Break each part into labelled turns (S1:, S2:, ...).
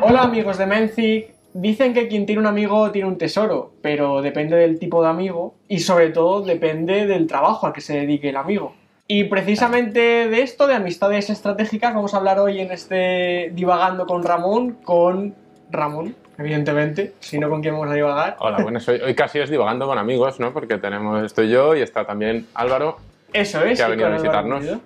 S1: Hola amigos de Menzik. Dicen que quien tiene un amigo tiene un tesoro, pero depende del tipo de amigo y sobre todo depende del trabajo al que se dedique el amigo. Y precisamente de esto, de amistades estratégicas, vamos a hablar hoy en este Divagando con Ramón, con Ramón, evidentemente, si no con quién vamos a divagar.
S2: Hola, buenas. Hoy, hoy casi os divagando con amigos, ¿no? Porque tenemos, estoy yo y está también Álvaro.
S1: Eso es.
S2: Que ha
S1: y
S2: venido
S1: con
S2: a
S1: Álvaro
S2: visitarnos.
S1: Pulido.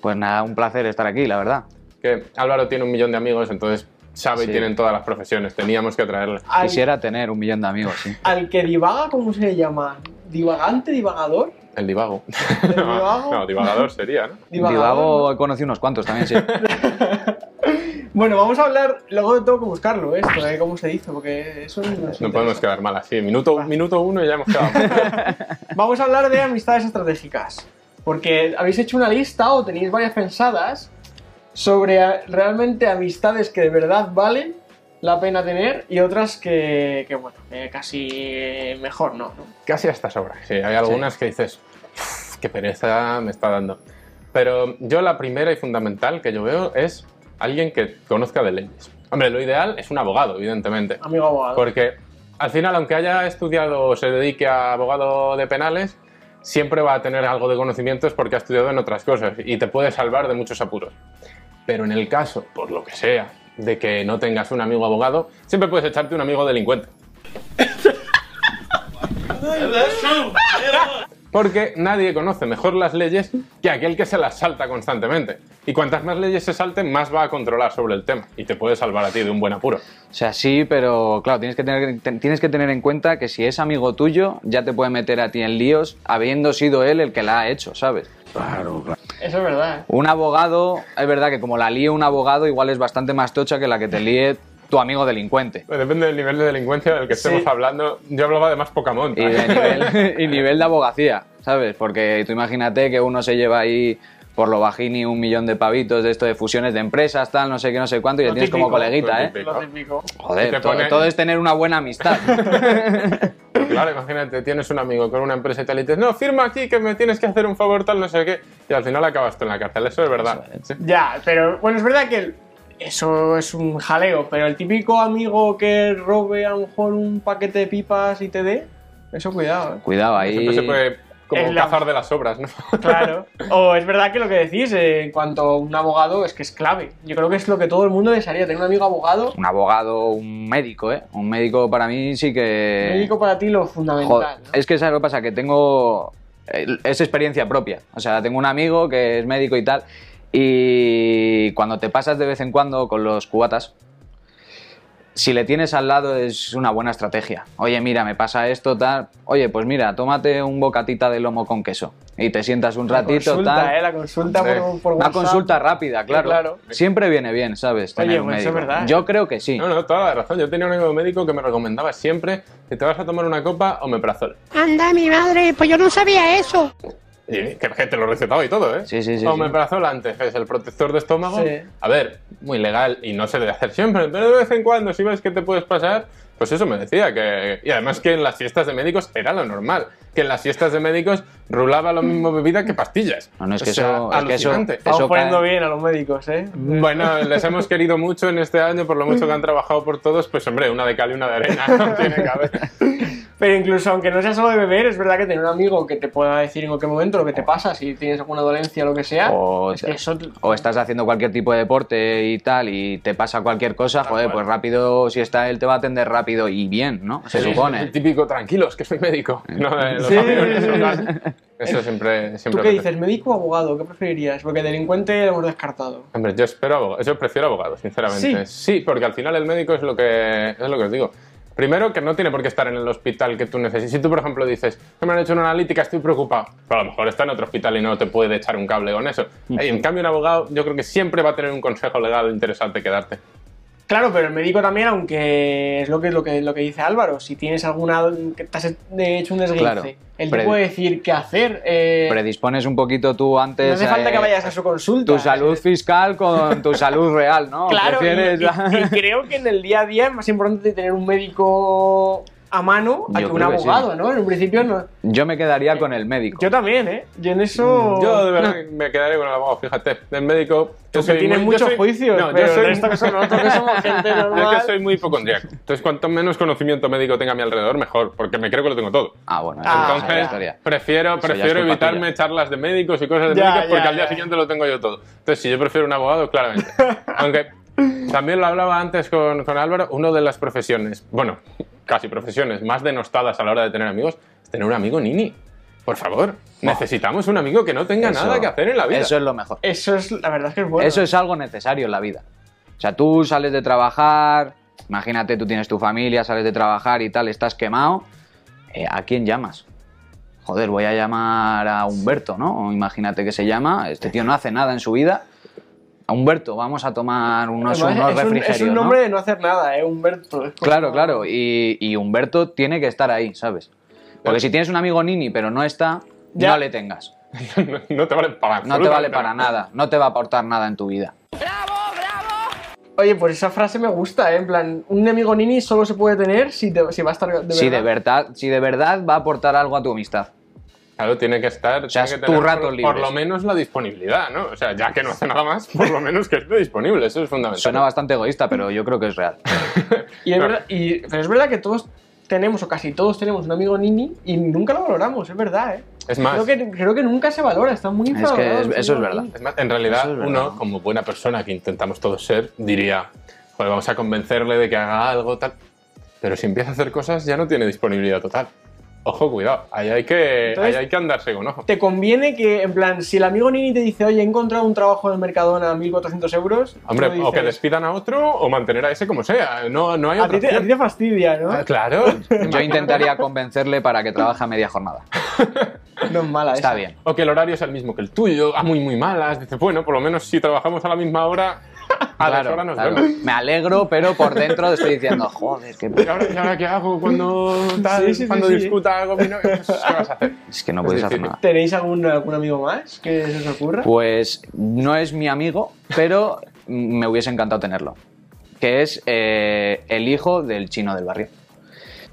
S3: Pues nada, un placer estar aquí, la verdad.
S2: Que Álvaro tiene un millón de amigos, entonces sabe y
S3: Sí.
S2: tienen todas las profesiones. Teníamos que traerle.
S1: Al,
S3: Quisiera tener un millón de amigos, sí.
S1: al que divaga, ¿cómo se le llama? ¿Divagante? ¿Divagador?
S2: El divago.
S1: ¿El
S2: No,
S1: divago?
S2: no, divagador sería, ¿no?
S1: ¿no?
S3: Divago he conocido unos cuantos también, sí.
S1: Bueno, vamos a hablar, luego tengo que buscarlo esto, ¿eh? ¿Cómo se dice? Porque eso nos
S2: No podemos
S1: interesa.
S2: quedar mal así. Minuto, minuto uno y ya hemos quedado mal.
S1: Vamos a hablar de amistades estratégicas. Porque habéis hecho una lista o tenéis varias pensadas sobre a- realmente amistades que de verdad valen la pena tener y otras que, que, bueno, eh, casi eh, mejor no. ¿no?
S2: Casi hasta sobra. Sí, hay algunas que dices, "Uf, qué pereza me está dando. Pero yo la primera y fundamental que yo veo es alguien que conozca de leyes. Hombre, lo ideal es un abogado, evidentemente.
S1: Amigo abogado.
S2: Porque al final, aunque haya estudiado o se dedique a abogado de penales, siempre va a tener algo de conocimientos porque ha estudiado en otras cosas y te puede salvar de muchos apuros. Pero en el caso, por lo que sea, de que no tengas un amigo abogado, siempre puedes echarte un amigo delincuente. Porque nadie conoce mejor las leyes que aquel que se las salta constantemente. Y cuantas más leyes se salten, más va a controlar sobre el tema y te puede salvar a ti de un buen apuro.
S3: O sea, sí, pero claro, tienes que, tener, ten- tienes que tener en cuenta que si es amigo tuyo, ya te puede meter a ti en líos, habiendo sido él el que la ha hecho, ¿sabes?
S1: Eso es verdad. ¿eh?
S3: Un abogado, es verdad que como la líe un abogado, igual es bastante más tocha que la que te líe tu amigo delincuente.
S2: Pues Depende del nivel de delincuencia del que
S1: Sí.
S2: estemos hablando. Yo hablaba de más Pokémon.
S3: Y, de nivel, y nivel de abogacía, ¿sabes? Porque tú imagínate que uno se lleva ahí por lo bajini un millón de pavitos de esto de fusiones de empresas, tal, no sé qué, no sé cuánto, y
S1: Lo
S3: le tienes como
S1: típico,
S3: coleguita,
S2: lo
S3: ¿eh?
S2: típico.
S1: Lo típico.
S2: Y te
S3: Joder, to-
S2: pone-
S3: todo, es tener una buena amistad.
S2: Claro, imagínate, tienes un amigo con una empresa y tal y dices, no, firma aquí que me tienes que hacer un favor tal, no sé qué. Y al final acabas tú en la cárcel, eso es verdad. Sí.
S1: Ya, pero bueno, es verdad que el- eso es un jaleo, pero el típico amigo que robe a lo mejor un paquete de pipas y te dé, eso cuidado, ¿eh?
S3: Cuidado
S2: Siempre
S3: ahí.
S2: se puede como
S1: Es la-
S2: cazar de las obras, ¿no?
S1: Claro. O es verdad que lo que decís eh, en cuanto a un abogado es que es clave. Yo creo que es lo que todo el mundo desearía, tener un amigo abogado.
S3: Un abogado, un médico, ¿eh? Un médico para mí sí que.
S1: Médico para ti lo
S3: eh, Joder,
S1: fundamental. ¿no?
S3: es que sabes lo que pasa, que tengo eh, es experiencia propia. O sea, tengo un amigo que es médico y tal. Y cuando te pasas de vez en cuando con los cubatas, si le tienes al lado es una buena estrategia. Oye, mira, me pasa esto, tal. Oye, pues mira, tómate un bocatita de lomo con queso. Y te sientas un
S1: La
S3: ratito,
S1: consulta,
S3: tal.
S1: ¿eh? La consulta
S2: Sí.
S1: por, por
S3: Una
S1: WhatsApp.
S3: consulta rápida, claro.
S1: Claro.
S3: Siempre viene bien, ¿sabes?
S1: Oye,
S3: Tener un
S1: pues eso es
S3: médico.
S1: verdad, ¿eh?
S3: Yo creo que sí.
S2: No, no, toda la razón. Yo tenía un amigo médico que me recomendaba siempre que te vas a tomar una copa o me prazol.
S4: Anda, mi madre, pues yo no sabía eso.
S2: Y que la gente lo recetaba y todo, ¿eh?
S3: Sí, sí, sí,
S2: O
S3: sí.
S2: me prazol antes, es el protector de estómago.
S1: Sí.
S2: A ver, muy legal y no se debe hacer siempre, pero de vez en cuando, si ves que te puedes pasar, pues eso me decía. que Y además que en las fiestas de médicos era lo normal, que en las fiestas de médicos rulaba lo mismo bebida que pastillas.
S3: No, no, es
S2: O
S3: que
S2: sea,
S3: eso- es que eso-
S2: alucinante.
S1: Estamos
S3: Eso
S1: poniendo
S3: cae.
S1: bien a los médicos, ¿eh?
S2: Bueno, les hemos querido mucho en este año, por lo mucho que han trabajado por todos, pues hombre, una de cal y una de arena, no tiene que haber.
S1: Pero incluso aunque no sea solo de beber, es verdad que tener un amigo que te pueda decir en cualquier momento lo que te pasa, si tienes alguna dolencia o lo que sea,
S3: O,
S1: es que eso te-
S3: o estás haciendo cualquier tipo de deporte y tal y te pasa cualquier cosa, joder,
S2: cual.
S3: pues rápido, si está él te va a atender rápido y bien, ¿no? Se
S2: El
S3: supone.
S2: típico, tranquilos, que soy médico. No, de los
S1: Sí,
S2: aviones,
S1: sí,
S2: o
S1: sí.
S2: tal. Eso siempre,
S1: ¿Tú
S2: siempre
S1: qué
S2: apetece.
S1: dices? ¿Médico o abogado? ¿Qué preferirías? Porque delincuente lo hemos descartado.
S2: Hombre, yo espero abogado. Yo prefiero abogados, sinceramente. Sí, porque al final el médico es lo que es lo que os digo. Primero, que no tiene por qué estar en el hospital que tú necesitas. Si tú, por ejemplo, dices, "No me han hecho una analítica, estoy preocupado. Pero a lo mejor está en otro hospital y no te puede echar un cable con eso. Y en cambio, un abogado, yo creo que siempre va a tener un consejo legal interesante que darte.
S1: Claro, pero el médico también, aunque es lo que, lo que, lo que dice Álvaro, si tienes alguna. que te has he- hecho un desguince,
S3: Claro.
S1: él te
S3: Pre-
S1: puede decir qué hacer. eh,
S3: Predispones un poquito tú antes.
S1: no hace falta
S3: eh,
S1: que vayas a su consulta.
S3: Tu salud fiscal con tu salud real, ¿no?
S1: Claro, y,
S3: Prefieres
S1: y-
S3: la-
S1: y creo que en el día a día es más importante tener un médico a mano a
S3: Yo
S1: que un
S3: creo que sí.
S1: abogado, ¿no? En un principio no.
S3: Yo me quedaría con el médico.
S1: Yo también, ¿eh? Yo en eso.
S2: Yo de verdad que me quedaré con el abogado, fíjate. El médico. Yo
S1: Tú que tienes
S2: muy- yo
S1: muchos
S2: soy-
S1: juicios,
S2: No,
S1: pero
S2: yo soy.
S1: el resto que son nosotros que somos gente
S2: Yo
S1: normal.
S2: es que soy muy hipocondriaco. Entonces, cuanto menos conocimiento médico tenga a mi alrededor, mejor, porque me creo que lo tengo todo.
S3: Ah, bueno, esa
S1: Ah,
S3: es otra
S2: Entonces,
S3: historia.
S2: prefiero,
S3: Eso ya es
S2: prefiero
S3: culpa
S2: evitarme
S3: tuya.
S2: charlas de médicos y cosas de
S1: Ya,
S2: médicos porque
S1: ya,
S2: al día
S1: ya.
S2: siguiente lo tengo yo todo. Entonces, si yo prefiero un abogado, claramente. Aunque también lo hablaba antes con, con Álvaro, una de las profesiones, bueno, casi profesiones, más denostadas a la hora de tener amigos, es tener un amigo nini. Por favor, necesitamos un amigo que no tenga
S3: Eso-
S2: nada que hacer en la vida.
S3: Eso es lo mejor.
S1: Eso es, la verdad es que es bueno.
S3: Eso es algo necesario en la vida. O sea, tú sales de trabajar, imagínate, tú tienes tu familia, sales de trabajar y tal, estás quemado. eh, ¿A quién llamas? Joder, voy a llamar a Humberto, ¿no? O Imagínate que se llama, este tío no hace nada en su vida. A Humberto, vamos a tomar unos,
S1: Además, es,
S3: unos
S1: un, es
S3: refrigerios.
S1: un
S3: ¿no?
S1: nombre de no hacer nada, ¿eh? Humberto. Es como-
S3: Claro, claro. Y, y Humberto tiene que estar ahí, ¿sabes?
S2: Claro.
S3: Porque si tienes un amigo Nini pero no está,
S1: Ya.
S3: no le tengas.
S2: no, no te vale para
S3: No te vale
S2: absolutamente
S3: para nada. No te va a aportar nada en tu vida.
S1: Oye, pues esa frase me gusta, ¿eh? En plan, un enemigo nini solo se puede tener si, te- si va a estar. De
S3: si, de
S1: verdad.
S3: verdad, si de verdad va a aportar algo a tu amistad.
S2: Claro, tiene que estar.
S3: sea,
S2: tiene que
S3: es tu
S2: tener
S3: rato
S2: por,
S3: libre.
S2: por lo menos la disponibilidad, ¿no? O sea, ya que no hace nada más, por lo menos que esté disponible. Eso es fundamental.
S3: Suena bastante egoísta, pero yo creo que es real.
S1: Y es verdad, y, pero es verdad que todos tenemos, o casi todos tenemos, un amigo nini y nunca lo valoramos, es verdad, ¿eh?
S2: Es más-
S1: Creo que, creo que nunca se valora, está muy
S3: que
S1: infravalorado
S3: Ah, es-
S1: el
S3: eso es
S1: amigo
S3: verdad.
S1: nini.
S2: Es más, en realidad,
S3: Eso es verdad.
S2: uno, como buena persona que intentamos todos ser, diría: Joder, vamos a convencerle de que haga algo, tal. Pero si empieza a hacer cosas, ya no tiene disponibilidad total. Ojo, cuidado. Ahí hay que,
S1: Entonces-
S2: ahí hay que andarse con ojo.
S1: Te conviene que, en plan, si el amigo Nini te dice, oye, he encontrado un trabajo en el Mercadona a 1.400 euros,
S2: Hombre,
S1: tú dices,
S2: o que despidan a otro o mantener a ese como sea. No, no hay
S1: a
S2: otra
S1: ti, te, a ti
S2: opción.
S1: te fastidia, ¿no?
S2: Ah, Claro.
S3: Yo intentaría convencerle para que trabaje a media jornada.
S1: No es mala
S3: Está
S1: esa.
S3: bien.
S2: O que el horario es el mismo que el tuyo, a muy muy malas. Dices, bueno, por lo menos si trabajamos a la misma hora, a las
S3: Claro,
S2: horas nos
S3: claro.
S2: vemos.
S3: Me alegro, pero por dentro estoy diciendo, joder, qué...
S2: ¿Y ahora, y ahora qué hago cuando, tal,
S1: Sí, sí, sí,
S2: cuando
S1: sí.
S2: discuta algo? con mi novia? Pues, ¿Qué vas a hacer?
S3: es que no
S2: Es
S3: puedes hacer
S2: difícil.
S3: nada.
S1: ¿Tenéis algún, algún amigo más que se os ocurra?
S3: Pues no es mi amigo, pero me hubiese encantado tenerlo. Que es eh, el hijo del chino del barrio.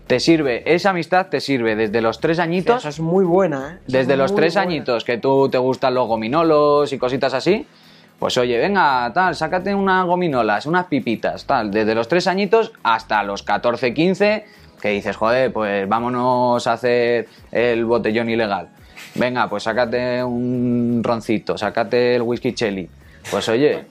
S3: Te sirve, esa amistad te sirve desde los tres
S1: Hostia,
S3: añitos,
S1: esa es muy buena, ¿eh? Esa
S3: desde
S1: es
S3: los
S1: muy
S3: tres
S1: buena.
S3: añitos que tú te gustan los gominolos y cositas así. Pues oye, venga, tal, sácate unas gominolas, unas pipitas, tal. Desde los tres añitos hasta los 14, 15, que dices, joder, pues vámonos a hacer el botellón ilegal. Venga, pues sácate un roncito, sácate el whisky chelly. Pues oye,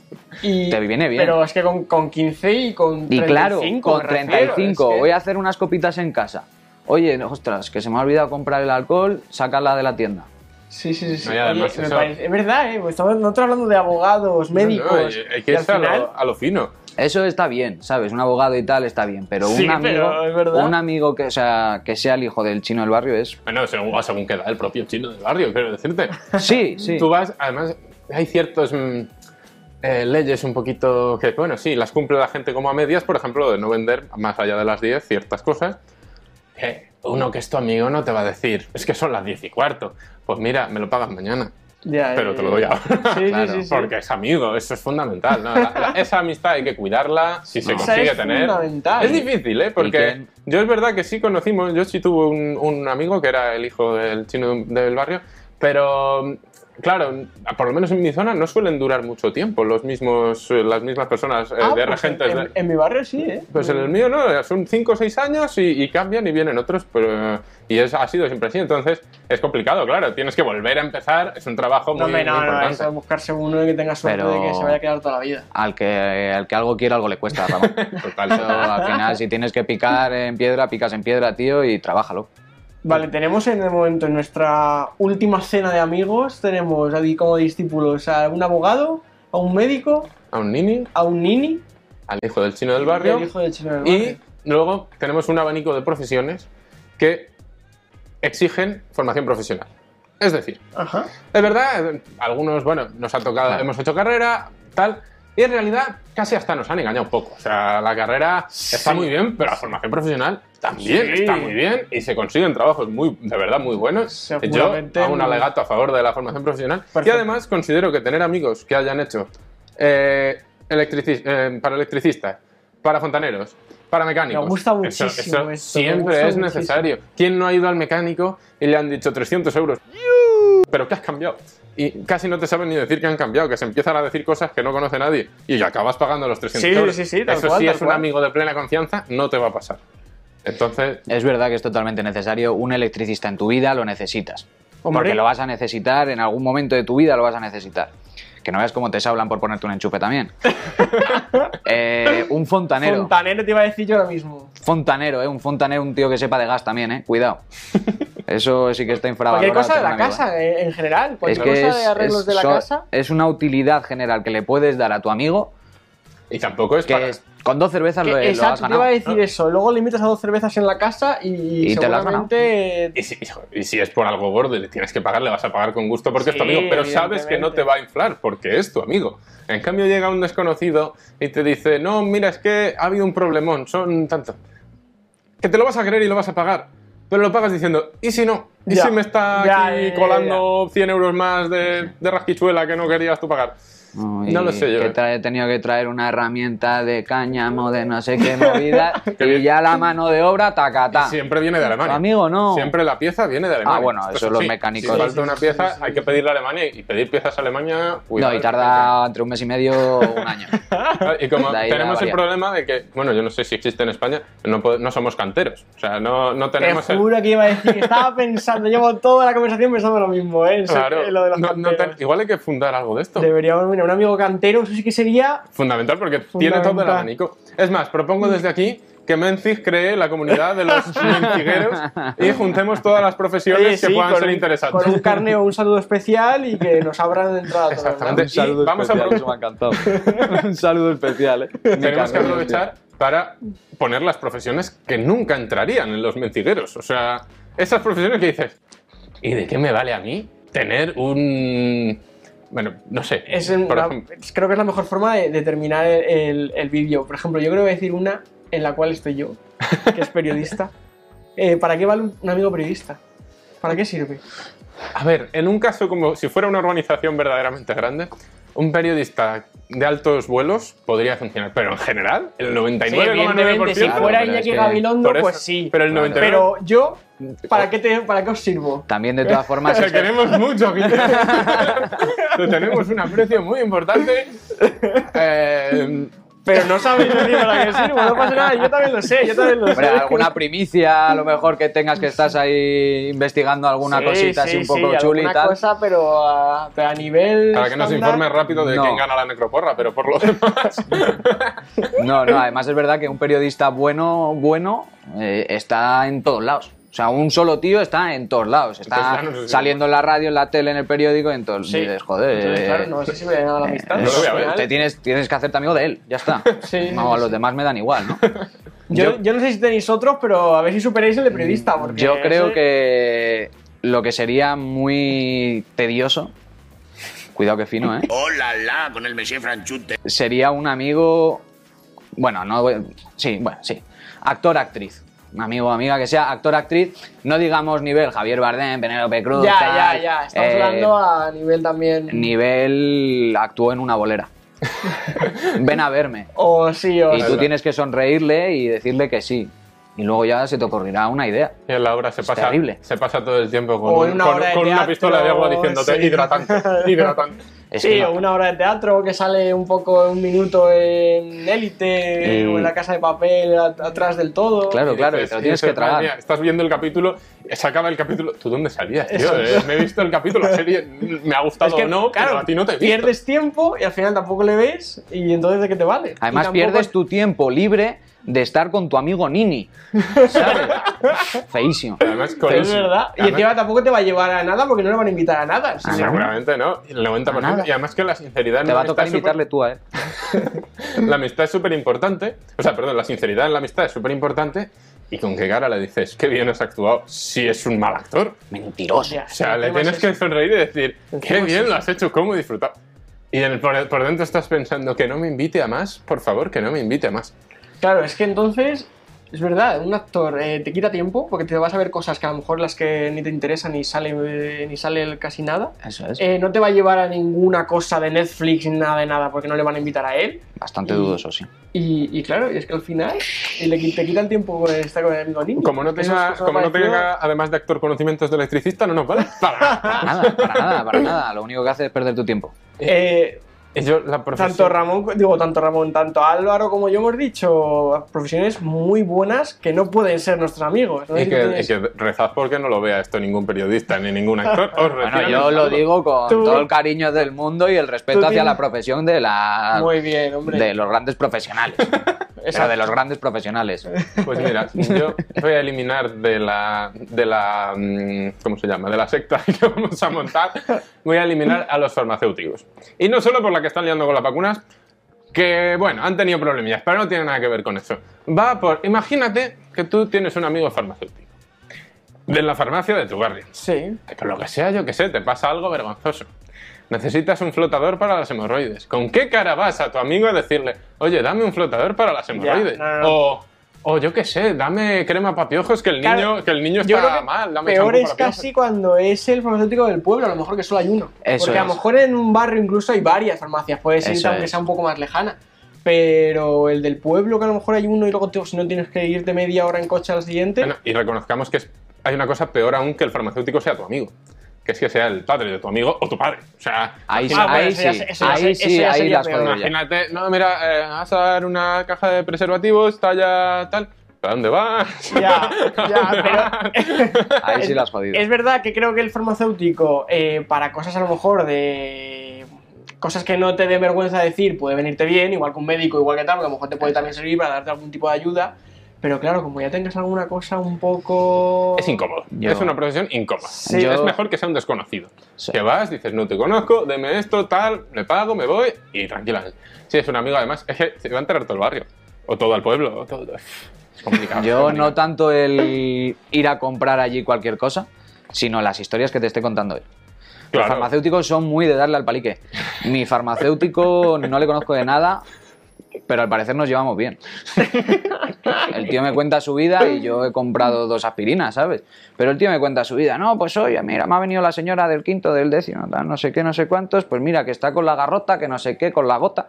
S1: Y-
S3: Te viene bien.
S1: Pero es que con, con 15 y con
S3: y
S1: 35.
S3: claro, con
S1: me refiero,
S3: 35
S1: es que-
S3: voy a hacer unas copitas en casa. Oye, no, ostras, que se me ha olvidado comprar el alcohol, sácala de la tienda.
S1: Sí, sí, sí. sí.
S2: No, y además
S1: Oye, me
S2: eso-
S1: parece- Es verdad, ¿eh? Pues estamos nosotros hablando de abogados, médicos.
S2: No, no, hay- hay que
S1: y al
S2: irse a lo-
S1: final-
S2: a, lo, fino.
S3: Eso está bien, ¿sabes? Un abogado y tal está bien, pero
S1: Sí,
S3: un amigo,
S1: pero es verdad.
S3: un amigo que, o sea, que sea el hijo del chino del barrio es...
S2: Bueno, según, según queda el propio chino del barrio, quiero decirte.
S3: Sí, sí.
S2: Tú vas, además, hay ciertas leyes un poquito que, bueno, sí, las cumple la gente como a medias, por ejemplo, de no vender más allá de las 10 ciertas cosas. que uno que es tu amigo no te va a decir, es que son las 10 y cuarto. Pues mira, me lo pagas mañana.
S1: Ya,
S2: Pero
S1: eh,
S2: te lo doy ahora.
S1: Sí, sí,
S3: Claro,
S1: sí, sí.
S2: Porque es amigo, eso es fundamental. ¿no? La- la- esa amistad hay que cuidarla si se
S1: Esa
S2: consigue
S1: es
S2: tener.
S1: fundamental.
S2: Es difícil, ¿eh? Porque
S3: quién?
S2: yo es verdad que sí conocimos, yo sí tuve un, un amigo que era el hijo del chino del barrio, pero mm, claro, por lo menos en mi zona no suelen durar mucho tiempo los mismos, eh, las mismas personas eh,
S1: Ah,
S2: de
S1: pues
S2: regentes.
S1: en,
S2: de-
S1: en- en mi barrio sí, ¿eh?
S2: pues en el mío no, son 5 o 6 años y, y cambian y vienen otros, pero eh, y es, ha sido siempre así, entonces es complicado, claro, tienes que volver a empezar, es un trabajo muy,
S1: No, me,
S2: muy
S1: no, no,
S2: importante.
S1: eso es buscarse uno que tenga suerte
S3: Pero-
S1: de que se vaya a quedar toda la vida.
S3: Al que, al que algo quiere, algo le cuesta, Ramón.
S2: Total.
S3: Eso, al final, si tienes que picar en piedra, picas en piedra, tío, y trabájalo.
S1: Vale, tenemos en el momento, en nuestra última cena de amigos, tenemos aquí como discípulos a un abogado, a un médico,
S2: a un nini,
S1: a un nini
S2: al hijo del chino del
S1: y
S2: barrio.
S1: al hijo del chino del barrio.
S2: Y luego tenemos un abanico de profesiones que exigen formación profesional. Es decir,
S1: Ajá.
S2: es verdad, eh, algunos, bueno, nos ha tocado,
S3: Claro.
S2: hemos hecho carrera, tal, y en realidad casi hasta nos han engañado un poco. O sea, la carrera está
S1: Sí.
S2: muy bien, pero la formación profesional también
S1: Sí.
S2: está muy bien y se consiguen trabajos muy, de verdad muy buenos. Yo
S1: Seguramente
S2: hago un
S1: no.
S2: alegato a favor de la formación profesional y
S1: Perfecto.
S2: además considero que tener amigos que hayan hecho eh, electrici- eh, para electricistas, para fontaneros, para mecánicos.
S1: Me gusta
S2: Eso-
S1: muchísimo
S2: eso
S1: esto, me
S2: siempre
S1: gusta
S2: es
S1: muchísimo.
S2: necesario. ¿Quién no ha ido al mecánico y le han dicho 300 euros? Pero ¿qué has cambiado? Y casi no te saben ni decir que han cambiado, que se empiezan a decir cosas que no conoce nadie y acabas pagando los 300
S1: Sí,
S2: euros.
S1: sí, sí, tal
S2: Eso
S1: cual,
S2: sí
S1: tal
S2: es un
S1: cual.
S2: amigo de plena confianza, no te va a pasar. Entonces,
S3: Es verdad que es totalmente necesario. Un electricista en tu vida lo necesitas.
S1: Hombre.
S3: Porque lo vas a necesitar, en algún momento de tu vida lo vas a necesitar. Que no veas cómo te hablan por ponerte un enchufe también. Eh, un fontanero.
S1: Fontanero te iba a decir yo ahora mismo.
S3: fontanero, ¿eh? Un fontanero, un tío que sepa de gas también, ¿eh? Cuidado. Eso sí que está
S1: Cualquier
S3: infravalorado.
S1: cosa de
S3: tengo
S1: la
S3: un amigo, ¿eh?
S1: casa, eh, en general.
S3: Es
S1: Cualquier
S3: que
S1: cosa
S3: es,
S1: de arreglos
S3: es
S1: de la
S3: so-
S1: casa.
S3: es una utilidad general que le puedes dar a tu amigo
S2: y tampoco es
S3: que
S2: para-
S3: es- con dos cervezas
S1: Que-
S3: lo, lo has
S1: exacto, te
S3: ganado.
S1: iba a decir eso. Luego le invitas a dos cervezas en la casa y,
S3: Y te las ganado.
S1: seguramente
S2: Y si, y si es por algo gordo y le tienes que pagar, le vas a pagar con gusto porque es tu
S1: Sí,
S2: amigo, pero sabes que no
S1: evidentemente.
S2: te va a inflar porque es tu amigo. En cambio llega un desconocido y te dice, no, mira, es que ha habido un problemón, son tanto. Que te lo vas a creer y lo vas a pagar, pero lo pagas diciendo, ¿y si no? ¿Y
S1: Ya.
S2: si me está
S1: Ya,
S2: aquí
S1: ya, ya,
S2: colando 100 euros más de, de rasquichuela que no querías tú pagar?
S3: Uy,
S2: No lo sé yo,
S3: que
S2: eh.
S3: tra- he tenido que traer una herramienta de cáñamo, de no sé qué movida, y ya la mano de obra,
S2: Y
S3: tacata.
S2: siempre viene de Alemania.
S3: Amigo, no.
S2: Siempre la pieza viene de Alemania.
S3: Ah, bueno, eso
S2: es
S3: los mecánicos.
S2: Si
S3: Sí,
S2: falta una pieza, hay que pedirla a Alemania y pedir piezas a Alemania.
S3: No,
S2: cuidado.
S3: y tarda entre un mes y medio o un año.
S2: Ah, Y como
S3: De ahí la
S2: tenemos el
S3: variante.
S2: problema de que, bueno, yo no sé si existe en España, no, po- no somos canteros. O sea, no, no
S1: te
S2: tenemos el.
S1: juro que iba a decir que estaba pensando. Llevo toda la conversación pensando lo mismo, ¿eh? En serio,
S2: Claro,
S1: en lo de los
S2: no- no
S1: canteros.
S2: ten- igual hay que fundar algo de esto.
S1: Deberíamos, mira, un amigo cantero, eso sí que sería.
S2: Fundamental porque tiene todo el
S1: Fundamental.
S2: abanico. Es más, propongo desde aquí que Menziz cree la comunidad de los menzigueros y juntemos todas las profesiones
S1: Oye, eh, sí,
S2: que puedan
S1: con
S2: ser
S1: un-
S2: interesantes.
S1: Con un carne o un saludo especial y que nos abran de entrada a todos, ¿no?
S2: Exactamente. Y vamos a aprovechar-
S3: eso me ha encantado. un saludo especial, eh. Me
S2: tenemos que
S3: encanta.
S2: aprovechar para poner las profesiones que nunca entrarían en los mentigueros. O sea, esas profesiones que dices, ¿y de qué me vale a mí tener un... Bueno, no sé.
S1: Es en-
S2: por
S1: la-
S2: ejemplo,
S1: creo que es la mejor forma de, de terminar el, el- el vídeo. Por ejemplo, yo creo que voy a decir una en la cual estoy yo, que es periodista. Eh, ¿Para qué vale un- un amigo periodista? ¿Para qué sirve?
S2: a ver, en un caso como si fuera una organización verdaderamente grande, un periodista de altos vuelos podría funcionar, pero en general, el 99,9%...
S1: si
S3: Claro,
S1: fuera
S3: pero es
S1: Iñaki
S3: que-
S1: Gabilondo,
S2: por eso,
S1: pues sí.
S2: Pero el 99%...
S1: Pero yo, ¿para qué, te, ¿para qué os sirvo?
S3: También, de todas formas,
S2: Te
S3: es que-
S2: queremos mucho, Guille. Te tenemos un aprecio muy importante. Eh,
S1: Pero no sabéis decir para qué sirvo, no pasa nada, yo también lo sé, yo también lo sé.
S3: Hombre, alguna primicia, a lo mejor que tengas que estás ahí investigando alguna
S1: Sí,
S3: cosita
S1: sí,
S3: así un
S1: sí,
S3: poco chuli y
S1: alguna
S3: tal.
S1: cosa, pero a, pero a nivel.
S2: Para que nos
S1: estándar,
S2: informe rápido de
S3: No.
S2: quién gana la necroporra, pero por lo demás.
S3: No, no, además es verdad que un periodista bueno, bueno, eh, está en todos lados. O sea, un solo tío está en todos lados. Está
S2: Entonces, claro, no sé si-
S3: saliendo en la radio, en la tele, en el periódico, en todos.
S1: Sí.
S3: dices, joder.
S1: Entonces, claro, no sé si me da nada la
S3: eh,
S1: amistad.
S3: eh,
S2: No lo voy a ver.
S1: Al final,
S3: te tienes, tienes que hacerte amigo de él, ya está.
S1: Sí,
S3: no, a
S1: sí,
S3: los
S1: sí.
S3: demás me dan igual, ¿no?
S1: yo, yo no sé si tenéis otros, pero a ver si superáis el de periodista. Porque
S3: Mm, Yo creo
S1: ese-
S3: que lo que sería muy tedioso, cuidado que fino, ¿eh?
S5: Hola, la, con el Messi Franchute.
S3: Sería un amigo, bueno, no, sí, bueno, sí, actor-actriz. Un amigo o amiga que sea actor-actriz, no digamos nivel Javier Bardem, Penélope Cruz.
S1: Ya, ya,
S3: tal,
S1: ya. Estamos
S3: eh,
S1: hablando a nivel también.
S3: Nivel actuó en una bolera. Ven a verme.
S1: O sí, o
S3: Y tú tienes que sonreírle y decirle que sí. Y luego ya se te ocurrirá una idea.
S2: Y en la obra se pasa,
S3: terrible.
S2: se pasa todo el tiempo con,
S1: O
S2: un-
S1: en una
S2: con-
S1: obra de
S2: con una
S1: teatro,
S2: pistola de agua diciéndote
S1: sí.
S2: hidratante, hidratante.
S3: Es
S1: sí,
S3: que no-
S1: o una obra de teatro que sale un poco un minuto en élite
S3: Y-
S1: o en la casa de papel a- atrás del todo.
S3: Mm. Claro, claro, y te lo tienes que
S2: "Madre
S3: tragar.
S2: mía, estás viendo el capítulo, se acaba el capítulo. ¿Tú dónde salías, tío?
S1: Eso
S2: Eh, me he visto el capítulo, la serie me ha gustado
S1: Es que,
S2: o no,
S1: claro,
S2: pero a ti no te he visto.
S1: pierdes tiempo y al final tampoco le ves y entonces de qué te vale.
S3: Además,
S1: Y tampoco-
S3: pierdes tu tiempo libre de estar con tu amigo Nini. ¿Sabes? Feísimo.
S2: Además, con
S1: Es
S2: eso-
S1: verdad. Y
S2: además-
S1: encima tampoco te va a llevar a nada porque no le van a invitar a nada. Sí,
S3: Ah,
S1: sí.
S3: no.
S2: Seguramente, ¿no? El 90%.
S3: Nada.
S2: Y además que la sinceridad
S3: Te
S2: no
S3: va a tocar
S2: está súper-
S3: invitarle tú a él.
S2: La amistad es súper importante. O sea, perdón, la sinceridad en la amistad es súper importante. Y con qué cara le dices, qué bien has actuado, si es un mal actor.
S3: Mentiroso.
S1: Ya,
S2: O sea, le
S1: encima
S2: tienes
S1: es
S2: que
S1: eso.
S2: sonreír y decir, qué
S1: es
S2: bien lo has hecho, cómo he disfrutado. Y en el- por, por dentro estás pensando, que no me invite a más, por favor, que no me invite a más.
S1: Claro, es que entonces Es verdad, un actor eh, te quita tiempo porque te vas a ver cosas que a lo mejor las que ni te interesan ni sale, eh, ni sale el- casi nada.
S3: Eso es.
S1: Eh, no te va a llevar a ninguna cosa de Netflix ni nada de nada porque no le van a invitar a él.
S3: Bastante
S1: y-
S3: dudoso, sí.
S1: Y, y claro, y es que al final eh, le qui- te quita el tiempo con estar con el amigo niño.
S2: Como no
S1: Porque eso
S2: tenga,
S1: es- eso
S2: como no
S1: pareció-
S2: tenga, además de actor, conocimientos de electricista, no nos vale para nada.
S3: Para nada, para nada, para nada. Lo único que hace es perder tu tiempo.
S1: Eh,
S2: Y yo, la profesión-
S1: Tanto Ramón, digo, tanto Ramón, tanto Álvaro como yo hemos dicho profesiones muy buenas que no pueden ser nuestros amigos. ¿no?
S2: Y
S1: Es que
S2: que, y
S1: tienes-
S2: que rezad porque no lo vea esto ningún periodista ni ningún actor. Os
S3: Bueno,
S2: retiran
S3: yo
S2: el
S3: lo
S2: saludo.
S3: digo con
S1: Tú-
S3: todo el cariño del mundo y el respeto
S1: Tú
S3: hacia
S1: tienes-
S3: la profesión de la
S1: Muy bien, hombre.
S3: de los grandes profesionales. Pero
S1: Exacto.
S3: de los grandes profesionales.
S2: Pues mira, yo voy a eliminar de la, de la, mm, ¿cómo se llama? De la secta que vamos a montar, voy a eliminar a los farmacéuticos. Y no solo por la que están liando con las vacunas, que bueno, han tenido problemillas, pero no tiene nada que ver con eso. Va por, imagínate que tú tienes un amigo farmacéutico de la farmacia de tu barrio.
S1: Sí.
S2: Que Por lo que sea, yo que sé, te pasa algo vergonzoso. Necesitas un flotador para las hemorroides. ¿Con qué cara vas a tu amigo a decirle, oye, dame un flotador para las hemorroides?
S1: no, no.
S2: O, o yo que sé, dame crema para piojos que el niño,
S1: Claro,
S2: que el niño
S1: Yo
S2: está
S1: creo que
S2: mal. Dame
S1: peor
S2: champú
S1: es
S2: para piojos".
S1: casi cuando es el farmacéutico del pueblo, a lo mejor que solo hay uno.
S3: Eso
S1: Porque a lo
S3: es.
S1: mejor en un barrio incluso hay varias farmacias, puede ser
S3: Eso
S1: aunque
S3: es.
S1: sea un poco más lejana. Pero el del pueblo, que a lo mejor hay uno y luego te- si no tienes que irte media hora en coche al siguiente.
S2: Bueno, y reconozcamos que es- hay una cosa peor aún que el farmacéutico sea tu amigo. Que es que sea el padre de tu amigo o tu padre. O sea,
S3: Ahí, sí,
S1: Ah, bueno,
S3: ahí
S1: eso ya
S3: sí,
S1: se- eso ya se-
S3: ahí
S1: eso
S3: sí,
S1: ya
S3: ahí
S1: sería
S3: las
S1: peor.
S3: podría.
S2: Imagínate, no, mira, eh, vas a dar una caja de preservativos, talla tal. ¿Para dónde vas?
S1: Ya, ya, pero.
S3: Ahí sí
S1: Es-
S3: las has jodido.
S1: Es verdad que creo que el farmacéutico, eh, para cosas a lo mejor de. Cosas que no te dé vergüenza decir, puede venirte bien, igual que un médico, igual que tal, porque a lo mejor te puede también servir para darte algún tipo de ayuda. Pero claro, como ya tengas alguna cosa un poco.
S2: Es incómodo.
S3: Yo-
S2: Es una profesión incómoda.
S1: Sí.
S2: Es
S3: Yo-
S2: mejor que sea un desconocido.
S3: Sí.
S2: Que vas, dices, no te conozco, deme esto, tal, le pago, me voy y tranquilamente. Si es un amigo, además, es que se va a enterar todo el barrio. O todo el pueblo. o todo- Es complicado. es
S3: Yo
S2: complicado.
S3: no tanto el ir a comprar allí cualquier cosa, sino las historias que te esté contando él. Los
S2: Claro.
S3: farmacéuticos son muy de darle al palique. Mi farmacéutico no le conozco de nada, pero al parecer nos llevamos bien. El tío me cuenta su vida y yo he comprado dos aspirinas, ¿sabes? Pero el tío me cuenta su vida. No, pues oye, mira, me ha venido la señora del quinto, del décimo, tal, no sé qué, no sé cuántos. Pues mira, que está con la garrota, que no sé qué, con la gota.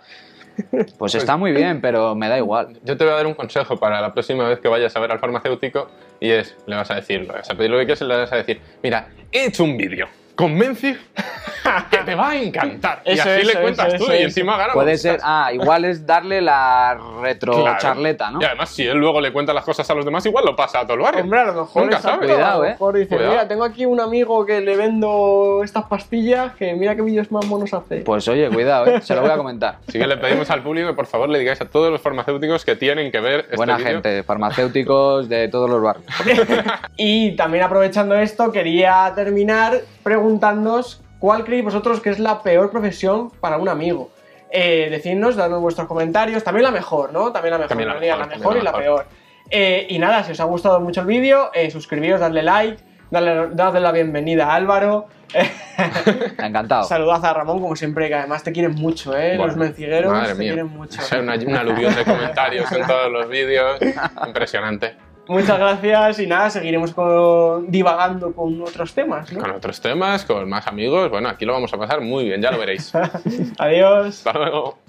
S3: Pues está muy bien, pero me da igual.
S2: Yo te voy a dar un consejo para la próxima vez que vayas a ver al farmacéutico y es, le vas a decir, le vas a pedir lo que quieras y le vas a decir, mira, he hecho un vídeo con Menzi que te va a encantar. y
S1: Eso,
S2: así le
S1: eso,
S2: cuentas
S1: eso,
S2: tú
S1: eso,
S2: y
S1: eso.
S2: encima ganamos.
S3: Puede ser, ah, igual es darle la
S2: Claro.
S3: retrocharleta, ¿no?
S2: Y además, si él luego le cuenta las cosas a los demás, igual lo pasa a todo el barrio.
S1: Hombre, a lo mejor
S2: Nunca
S1: es
S2: sabes.
S1: algo,
S3: Cuidado,
S1: a
S3: eh.
S1: lo mejor dice,
S2: Cuidado.
S1: mira, tengo aquí un amigo que le vendo estas pastillas, que mira qué vídeos más monos hace.
S3: Pues oye, cuidado, ¿eh? se lo voy a comentar.
S2: Así que le pedimos al público que por favor le digáis a todos los farmacéuticos que tienen que ver este
S3: Buena
S2: vídeo.
S3: gente, farmacéuticos de todos los barrios.
S1: Y también aprovechando esto, quería terminar preguntándoos cuál creéis vosotros que es la peor profesión para un amigo. Eh, decidnos, dadnos vuestros comentarios, también la mejor, ¿no? También la mejor,
S2: También la
S1: no digan
S2: mejor,
S1: la mejor y
S2: también
S1: la
S2: la mejor.
S1: peor. Eh, y nada, si os ha gustado mucho el vídeo, eh, suscribíos, dadle like, dadle, dadle la bienvenida a Álvaro,
S3: Encantado.
S1: saludad a Ramón, como siempre, que además te quieren mucho, ¿eh?
S2: Bueno,
S1: Los mencigueros
S2: madre
S1: te
S2: mía.
S1: quieren mucho. eh.
S2: O sea, una, un aluvión de comentarios en todos los vídeos. Impresionante.
S1: Muchas gracias y nada, seguiremos con- divagando con otros temas, ¿no?
S2: Con otros temas, con más amigos. Bueno, aquí lo vamos a pasar muy bien, ya lo veréis.
S1: Adiós.
S2: Hasta luego.